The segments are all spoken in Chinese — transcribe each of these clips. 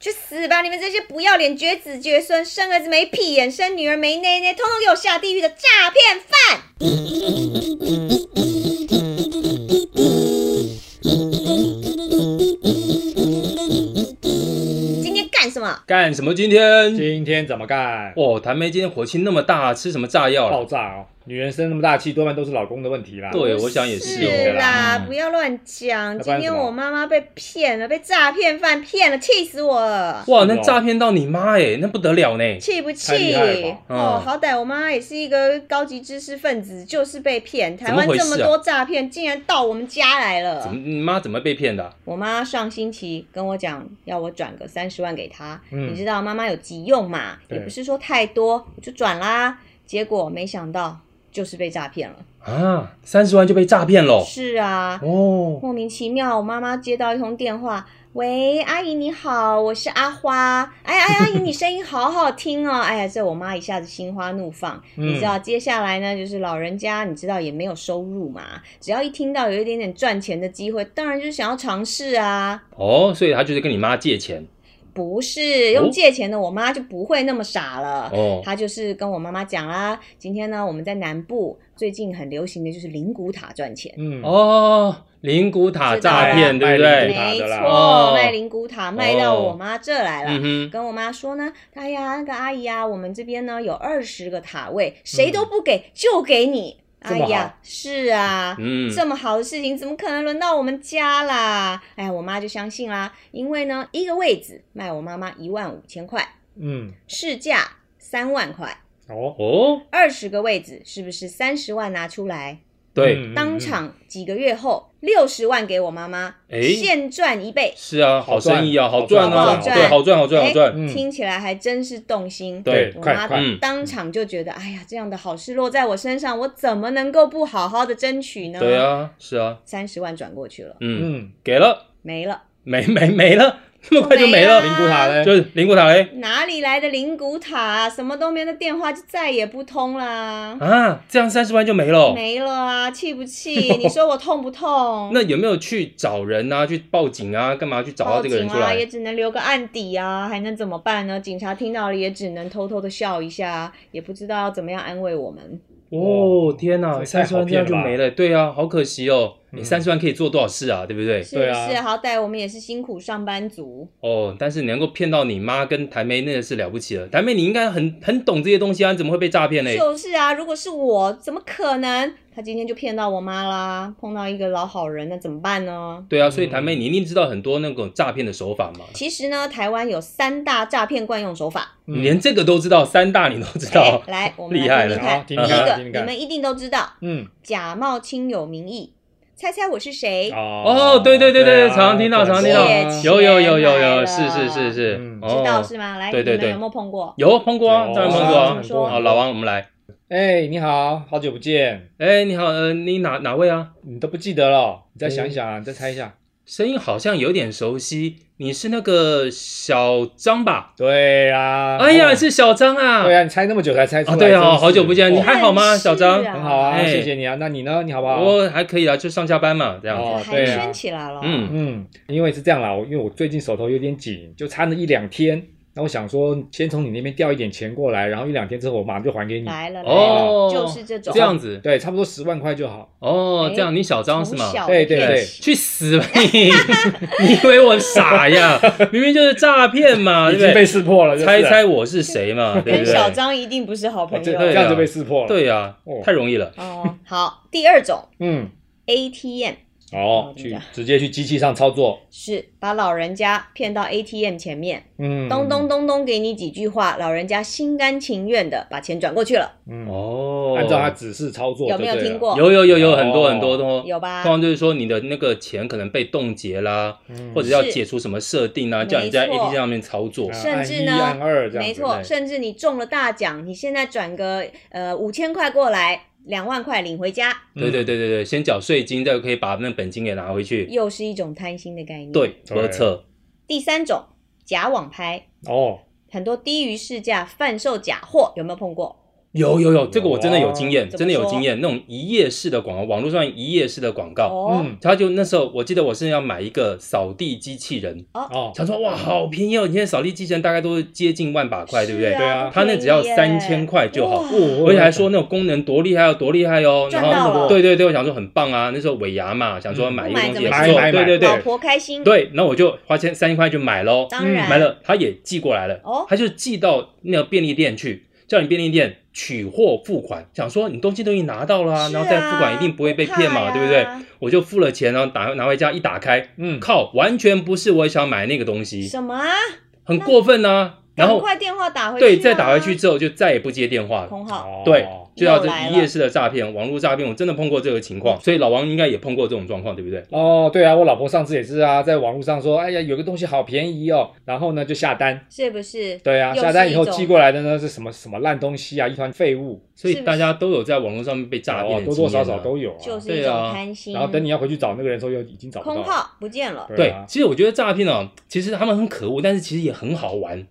去死吧！你们这些不要脸、绝子绝孙、生儿子没屁眼、生女儿没内内，通通给我下地狱的诈骗犯！今天干什么？干什么今天？今天怎么干？哦，谭梅今天火气那么大，吃什么炸药爆了？炸哦！女人生那么大气，多半都是老公的问题啦。对我想也是是哦啦，嗯不要乱讲。那不今然天什么我妈妈被骗了，被诈骗犯骗了，气死我了！哇，那是哦诈骗到你妈哎，那不得了呢！气不太气厉害了吧？哦，嗯好歹我妈也是一个高级知识分子，就是被骗。台么湾回这事么啊多诈骗，竟然到我们家来怎了么。你妈怎么被骗的啊、我妈上星期跟我讲，要我转个三十万给她。嗯你知道妈妈有急用嘛，也对不是说太多，我就转啦。结果没想到就是被诈骗了。啊，三十万就被诈骗喽！是啊，哦，莫名其妙，我妈妈接到一通电话，喂，阿姨你好，我是阿花。哎哎，阿姨你声音好好听哦。哎呀，这我妈一下子心花怒放。嗯你知道接下来呢，就是老人家，你知道也没有收入嘛，只要一听到有一点点赚钱的机会，当然就是想要尝试啊。哦，所以他就是跟你妈借钱不是用借钱的，我妈就不会那么傻了。哦，她就是跟我妈妈讲啦，今天呢我们在南部最近很流行的就是灵骨塔赚钱。嗯，哦，灵骨塔知道了诈骗，对不卖灵对骨？塔没的啦哦错哦，卖灵骨塔卖到我妈这来了。嗯哼，跟我妈说呢，哎呀，那个阿姨啊，我们这边呢有二十个塔位，谁都不给、就给你。嗯这哎么呀，是啊，嗯，这么好的事情怎么可能轮到我们家啦？哎呀，我妈就相信啦，因为呢一个位子卖我妈妈一万五千块，嗯，市价三万块，哦，哦，二十个位子是不是三十万拿出来？对，嗯当，场几个月后六十万给我妈妈，诶现赚一倍。哎是啊，好好生意啊，好赚赚好啊，赚对，好赚，好哎赚，好赚。嗯听起来还真是动心。对我快妈快当场就觉得，哎呀，这样的好事落在我身上，我怎么能够不好好的争取呢？对，啊，是啊，三十万转过去了，嗯，嗯给了，没了，没没没了，这么快就没没了，啊灵骨塔嘞，就是灵骨塔嘞哪里来的灵骨塔、啊？什么都没，那电话就再也不通啦。啊，这样三十万就没了哦。没了啊，气不气？ 你说我痛不痛？那有没有去找人啊？去报警啊？干嘛去找报到这个警人出啊，也来？只能留个案底啊，还能怎么办呢？警察听到了也只能偷偷的笑一下，也不知道要怎么样安慰我们。哦，天哪，这也三太十好万这样骗就了吧没了。对啊，好可惜哦。你嗯三十万可以做多少事啊？对不对？是不是？对啊好歹我们也是辛苦上班族。哦，但是你能够骗到你妈跟台妹，那个是了不起了。台妹，你应该很很懂这些东西啊，你怎么会被诈骗嘞？就是啊，如果是我，怎么可能？他今天就骗到我妈啦，碰到一个老好人，那怎么办呢？对嗯啊，所以台妹，你一定知道很多那种诈骗的手法嘛。其实呢，台湾有三大诈骗惯用手法。嗯你连这个都知道，三大你都知道 哎，来，我们哦厉害来听听看。了好第一听听个看，听听你看们一定都知道，嗯，假冒亲友名义，猜猜我是谁？哦哦对对对对啊常听到常听到谢转世谢有有有有有，嗯是是是是嗯，哦知道是吗？来，对对你们对有没有碰过？有碰过啊，有当然碰啊过怎么啊。说好，老王，我们来。哎，你好，好久不见，哎，你好，呃，你哪哪位啊？你都不记得了，你再想一想啊，你再猜一下，嗯声音好像有点熟悉，你是那个小张吧？对啊啦，哎哦呀，是小张啊！对啊，你猜那么久才猜出啊，来，对真啊，是好久不见，你哦还好吗，但是小张？啊很好啊，哎谢谢你啊，那你呢？你好不好？我还可以啊，就上下班嘛，这样子。哦寒对啊暄起来了。嗯，嗯，因为是这样啦，我因为我最近手头有点紧，就差那一两天，那我想说先从你那边调一点钱过来，然后一两天之后我马上就还给你。来了，来了，哦，就是这种这样子。对，差不多十万块就好。哦哎，这样你小张是从吗？小对就对骗对起去死吧你！你以为我 傻呀？明明就是诈骗嘛，已对经不被对？识破了，就是啊啊猜猜我是谁嘛，对跟不小对？啊张一定不是好哦朋这友。这对样就被识破了。，对呀哦，太容易了。哦，好，第二种嗯， ATM。哦，这去样直接去机器上操作。是把老人家骗到 ATM 前面，嗯，咚咚咚咚给你几句话，老人家心甘情愿的把钱转过去了，嗯，哦，按照他指示操作，有没有就对了听？过？有有有有很多哦很多通，有啊吧通常就是说你的那个钱可能被冻结啦，嗯或者要是解除什么设定啊，没叫你在错 APP 上面操作啊。甚至呢按一按二这样子。没错，对甚至你中了大奖，你现在转个呃五千块过来，两万块领回家，对对对对对，先缴税金，再可以把那本金给拿回去。又是一种贪心的概念。，对，对没错。第三种假网拍，哦，很多低于市价贩售假货，有没有碰过？有有有，这个我真的有经验，哦怎么真的有说经验。那种一页式的广告，网络上一页式的广告，哦，嗯他就那时候我记得我是要买一个扫地机器人，哦，想说哇好便宜哦，你现在扫地机器人大概都接近万把块，对不对？是对啊啊，他那只要3000块就好哇哦而且还说那种功能多厉害哦，多厉害哦，然赚到后了对对对，我想说很棒啊，那时候尾牙嘛，想说嗯买一不个买东西怎也么不知错，道对对老对婆开心，，对，那我就花钱三千块去买喽，嗯当然买了他也寄过来了，哦他就寄到那个便利店去，叫你便利店取货付款，想说你东西都已经拿到了啊、是啊然后再付款一定不会被骗不怕嘛，呀对不对？我就付了钱，然后打拿回家一打开，嗯，靠，完全不是我想买那个东西，什么啊？很过分啊！然赶后快电话打回去啊，对，再打回去之后就再也不接电话了。空号，对啊哦，就叫这又来一了夜式的诈骗，网络诈骗，我真的碰过这个情嗯况，所以老王应该也碰过这种状况，对不对？哦，对啊，我老婆上次也是啊，在网络上说，哎呀，有个东西好便宜哦，然后呢就下单，是不是？对啊，又下是单以后一种寄过来的呢是什么什么烂东西啊，一团废物，所以是不是大家都有在网络上面被诈骗哦的多经验多啊少少都有啊，就是一对啊种贪心。然后等你要回去找那个人的时候，又已经找不到空了，号不见了，对啊，，其实我觉得诈骗哦，其实他们很可恶，但是其实也很好玩。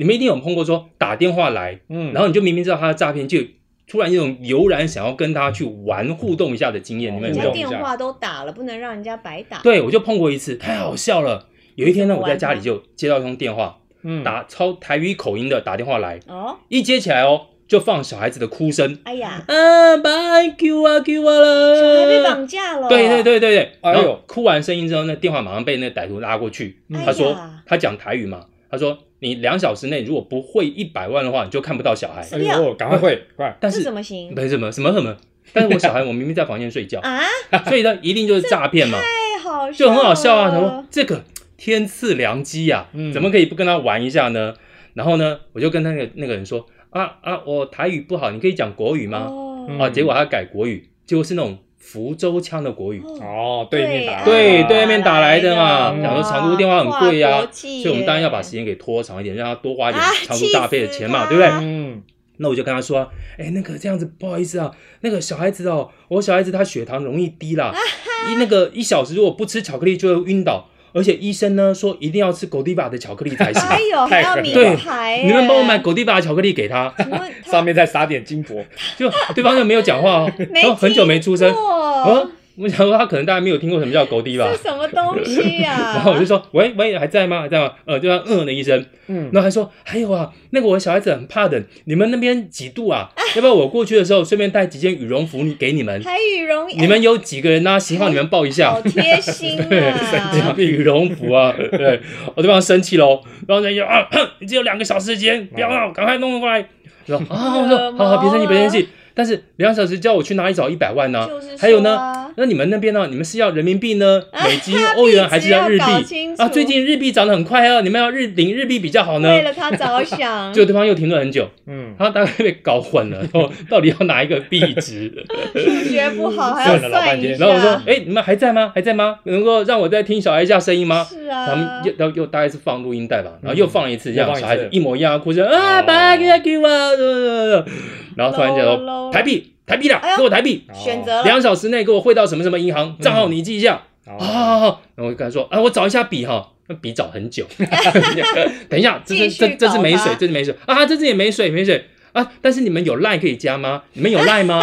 你们一定有碰过说打电话来，嗯，然后你就明明知道他的诈骗，就突然有种油然想要跟他去玩互动一下的经验，你们人有没家有互？动电话都打了，不能让人家白打。对，我就碰过一次，太好笑了。有一天呢，我在家里就接到一通电话，嗯打超台语口音的打电话来，哦，一接起来哦，就放小孩子的哭声哎呀，啊，爸，Q 啊 Q 啊小孩被了，绑架了。对对，对对对，哎然呦后哭完声音之后，那电话马上被那歹徒拉过去，嗯他哎说、呀他讲台语嘛，他说你两小时内如果不会一百万的话，你就看不到小孩。哎呦，赶 快会快，但这是怎么行没什么什么什么，但是我小孩我明明在房间睡觉，啊？所以呢一定就是诈骗嘛，太好笑就很好笑啊。他说了。这个天赐良机呀、嗯怎么可以不跟他玩一下呢？然后呢，我就跟那个那个人说啊啊，我台语不好，你可以讲国语吗？哦嗯啊，结果他改国语，结果是那种福州腔的国语。哦哦，对面打，嗯对啊对面打来的嘛哇讲说长途电话很贵啊跨国企业所以我们当然要把时间给拖长一点，让他多花一点啊长途诈骗的钱嘛，气对死他不对？嗯，那我就跟他说，哎、那个这样子不好意思啊，那个小孩子哦，我小孩子他血糖容易低啊啦，一那个一小时如果不吃巧克力就会晕倒，而且医生呢说一定要吃狗蒂巴的巧克力才行。 哎呦，还太要狠了名对牌哎耶，你们帮我买狗蒂巴的巧克力给他，请问他上面再撒点金箔，就对方就没有讲话哦， 没然后很久没出声。哦哦，，我想说他可能大家没有听过什么叫狗蒂巴这，什么东西啊？ 然后我就说喂喂还在吗还在吗？呃，就像嗯的一声，嗯，然后还说还有啊，那个我小孩子很怕冷，你们那边几度啊？要不要我过去的时候顺便带几件羽绒服给 你们？还羽绒，你们有几个人呢、型号你们报一哎好 下。贴心对，啊！羽绒服啊，对，我对方生气喽，然后人家就啊， 哼你只有两个小时的时间，不要闹，赶快弄过来。然后啊，我说好好，别生气，别生气。但是两小时叫我去哪里找一百万呢、就是说啊还有呢，那你们那边呢、你们是要人民币呢，美 金、欧元还是要日币值要搞币清楚啊？最近日币涨得很快啊，你们要日领日币比较好呢。为了他着想， 就对方又停顿很久，嗯，他大概被搞混了，说到底要哪一个币 值？数学不好还要算了老算半一天下。然后我说：“哎、你们还在吗？还在吗？能够让我再听小孩一下声音吗？”是啊，他们又又又大概是放录音带吧，然后又放了一次，嗯这样又放一小孩次哦子一模一样的哭声啊，爸给我给我，呃然后突然间 Low 说 low 台币台币啦哎，呦给我台币，哦选择了两小时内给我汇到什么什么银行账嗯号，你记一下。好好啊，好，然后我就跟他说啊，我找一下笔哈，那笔找很久， 等一下，这继这续这这搞是没吧水，这是没水啊，这支也没水没水啊，但是你们有赖可以加吗？你们有 赖吗？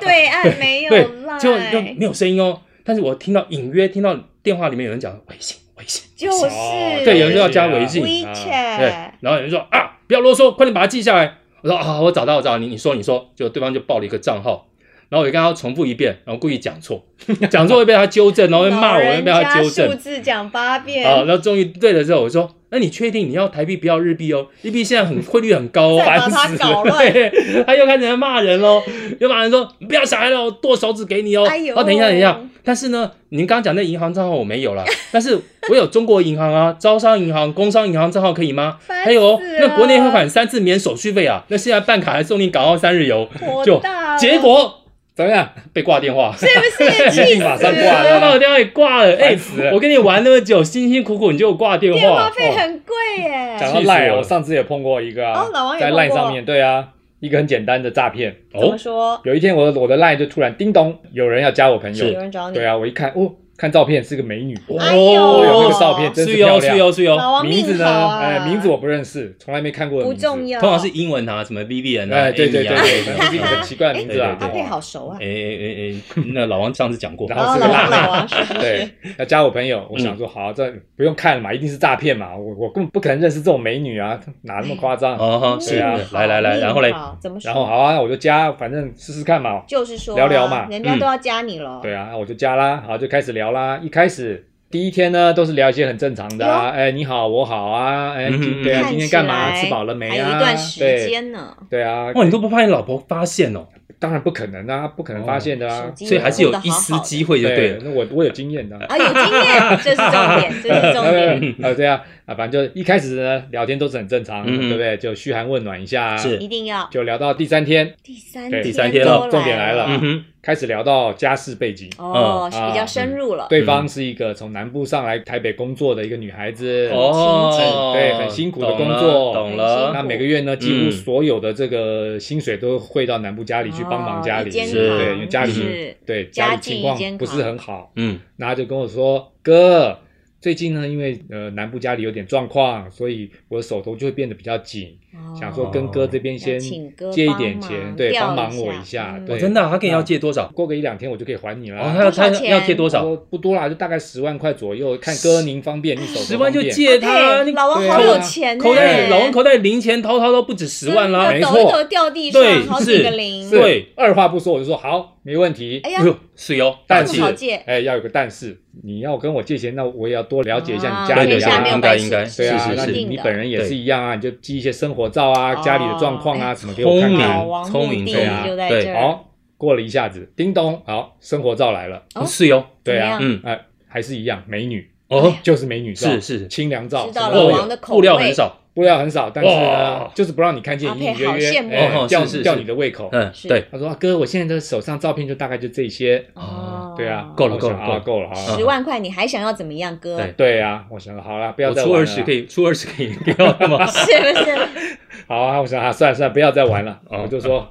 对岸没有哦 对，赖，结果就没有声音哦，但是我听到隐约听到电话里面有人讲微信微信，就是哦对有人要加微信啊 WeChat，对，然后有人说啊，不要啰嗦，快点把它记下来。我说啊，我找到，我找到你，你说，你说，就对方就报了一个账号，然后我就跟他重复一遍，然后故意讲错， 讲错会被他纠正，然后会骂老我，人会被他家数纠正。字讲八遍，好，然后终于对了之后，我说，那你确定你要台币不要日币哦？日币现在很汇率很高哦，再把烦他死搞了。乱。对，他又开始骂人喽，又骂人说不要小孩了，我剁手指给你哦。哎呦哦，等一下，等一下，但是呢，您刚刚讲那银行账号我没有 了，但是我有中国银行啊、招商银行、工商银行账号可以吗？烦哎还有哦死，那国内汇了款三次免手续费啊，那现在办卡还送你港澳三日游，火就大了结果怎么样？被挂电话。是 不是气死一定了？马上 挂了把我电话给挂了，哎、烦死了我跟你玩那么久，辛辛苦苦你就挂电话，电话费哦很贵耶。讲到气死赖，我我了上次也碰过一个啊哦哎老王，也在碰赖过上面，对啊，一个很简单的诈骗。怎么哦，说？有一天我的我的赖就突然叮咚，有人要加我朋是友有，人找你对，啊，我一看哦，看照片是个美女，哎呦哦有那个照片真是是漂哦，亮是哦，是老哦，王名字命呢？好啊！哎，名字我不认识，从来没看过的不名字重。要，通常是英文啊，什么 Vivian 啊，哎，对对 Amy 对啊对，什对么是一个很奇怪的名字啊。哎阿对佩好熟啊哎，哎哎哎，那老王上次讲过，然然后后是啊老个王辣老妹， 王是对，要加我朋友，嗯我想说好，这不用看了嘛，一定是诈骗嘛，我我根本不可能认识这种美女啊，哪那么夸张？哦哈，是，命对啊好来来来，命然后嘞，好怎么说？然后好啊，我就加，反正试试看嘛。就是说啊聊聊嘛嗯人家都要加你了，对啊，那我就加啦，好就开始聊啦。一开始第一天呢，都是聊一些很正常的啊，哎你好我好啊，哎嗯今对啊看今天起干嘛来吃饱了没还有啊？一段时对间呢，对啊，哇，你都不怕你老婆发现嗯哦，当然不可能啊，不可能发现的手啊。机所以还是有一弄丝得好好的机会就对对，了。那我我有经验的啊。啊，有经验，这是重点，这是重点。 呃，对啊，啊，反正就一开始呢，聊天都是很正常，嗯对不对？就嘘寒问暖一下啊，是一定要就聊到第三天，第三对第第三天了重点来了嗯哼，开始聊到家世背景，哦，嗯是啊比较深入了。对方是一个从南部上来台北工作的一个女孩子，哦，对很辛苦的懂了工作懂很辛了那苦。每个月呢，几乎嗯所有的这个薪水都汇到南部家里去帮忙家里，哦也是兼扛对，因为家里是对家家里计情也兼况不是扛很好，嗯，然后他就跟我说：“哥，最近呢，因为呃南部家里有点状况，所以我的手头就会变得比较紧，哦想说跟哥这要边先请哥借一帮点忙钱，对，调帮一忙我下一下。嗯对，哦真的啊，他跟你要借多少？过个一两天我就可以还你了。哦，他要他多少钱要借多他少说？不多啦，就大概十万块左右，看哥您方便，你手头十万方就便借他，哎你老王对啊好有钱呢，口袋哎老王口袋零钱掏掏都不止十万啦，真没的错抖一抖掉地上对好几是个零。是对二话不说我就说好，没问题。哎呀哎，呦，是哟，大但这是么好气借，哎，要有个但是，你要跟我借钱，那我也要多了解一下啊你家对里对天啊，下没有应白该吃应该的对啊是，是那是你你本人也对是一样啊，你就寄一些生活照啊，哦家里的状况啊什么给我聪看明看老。王聪目明的对啊就在对这儿。好，过了一下子，叮咚，好，生活照来了，哦是哟，对啊，怎么样哎、还是一样，美女，哎哦呀，就是美女照，是是清凉照，知道什么老都王有的口布料味很少，布料很少，但是呢哇，就是不让你看见，啊阿隐隐佩好约约羡，慕哎哦吊是是吊是你的胃口。嗯，是对，他说、啊哥，我现在的手上照片就大概就这些，哦，对啊，够了我想够了啊够了，好了嗯十万块你还想要怎么样，哥？对对啊，我想好了，不要我再出玩二了十啦可。以，出二十可以不 要那 么是不是？好啊，我想啊，算了算了，不要再玩了。哦我就说，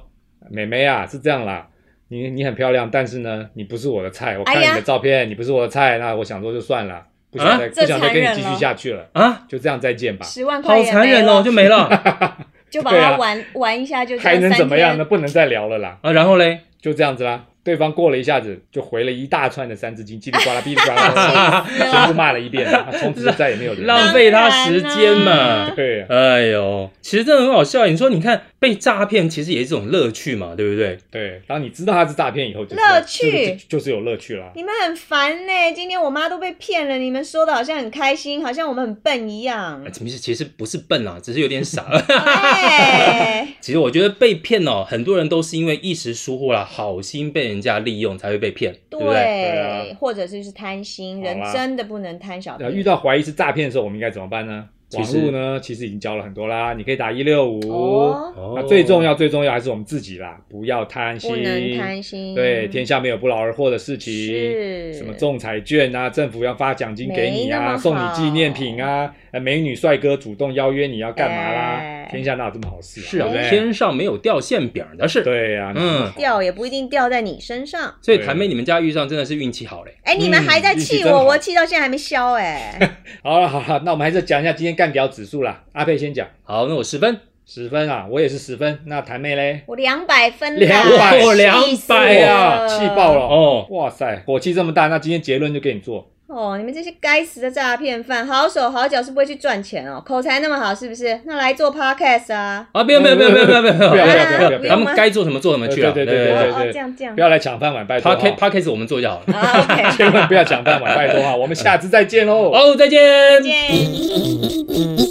妹妹啊，是这样啦，你你很漂亮，但是呢，你不是我的菜。我看哎呀你的照片，你不是我的菜，那我想说就算了，不想啊再、这不想再残跟你忍继了续下去了，啊，就这样再见吧。十万块好也残没忍哦，了就没了就把对它啊玩玩一下，就这还样能三怎么样天呢？不能再聊了啦，啊，然后嘞，就这样子啦。对方过了一下子，就回了一大串的三字经，叽里呱啦，哔里呱啦， 全部骂了一遍，啊从此就再也没有联浪络。费他时间嘛当。对啊，哎呦，其实真的很好笑。你说，你看被诈骗，其实也是一种乐趣嘛，对不对？对，当你知道它是诈骗以后就知道，乐就趣就就是有乐趣啦。你们很烦呢、今天我妈都被骗了，你们说的好像很开心，好像我们很笨一样 哎。其实其实不是笨啦，只是有点傻。 哎，其实我觉得被骗哦，很多人都是因为一时疏忽啦，好心被人家利用才会被骗，对不对？对啊或者就是贪心，好人啦真的不能贪小呃，便宜。遇到怀疑是诈骗的时候，我们应该怎么办呢？其网实络呢，其实已经教了很多啦，你可以打一六五。哦，哦那啊最重要、最重要还是我们自己啦，不要贪心。不能贪心。对，天下没有不劳而获的事情。是什么中彩券啊，政府要发奖金给你没那啊，么送你好纪念品啊，呃美女帅哥主动邀约你要干嘛啦哎？天下哪有这么好事啊？是啊对不，对天上没有掉馅饼的事。对啊呀，哪有那么嗯好掉也不一定掉在你身上。所以谭妹，你们家遇上真的是运气好嘞。嗯哎、你们还在运气气真我，好我气到现在还没消哎、 好了好了，那我们还是讲一下今天干掉指数啦。阿佩先讲好，那我十分，十分啊，我也是十分。那谭妹嘞？我两百分啦， 200气死200了啊，气爆！了！哦，哇塞，火气这么大，那今天结论就给你做。哦，你们这些该死的诈骗犯，好手好脚是不会去赚钱哦，口才那么好是不是？那来做 podcast 啊！啊，不要不要不要不要不要不要不要不要不要哎不要他们该做什么做什么去了。啊对对对哦对哦，这样这样不。要来抢饭碗，拜 p 托 o 啊。 d c a s t p o d c a s t 我们做就好了。啊，OK， 哦千万不要抢饭碗，拜托啊！我们下次再见喽。好，再见。再见。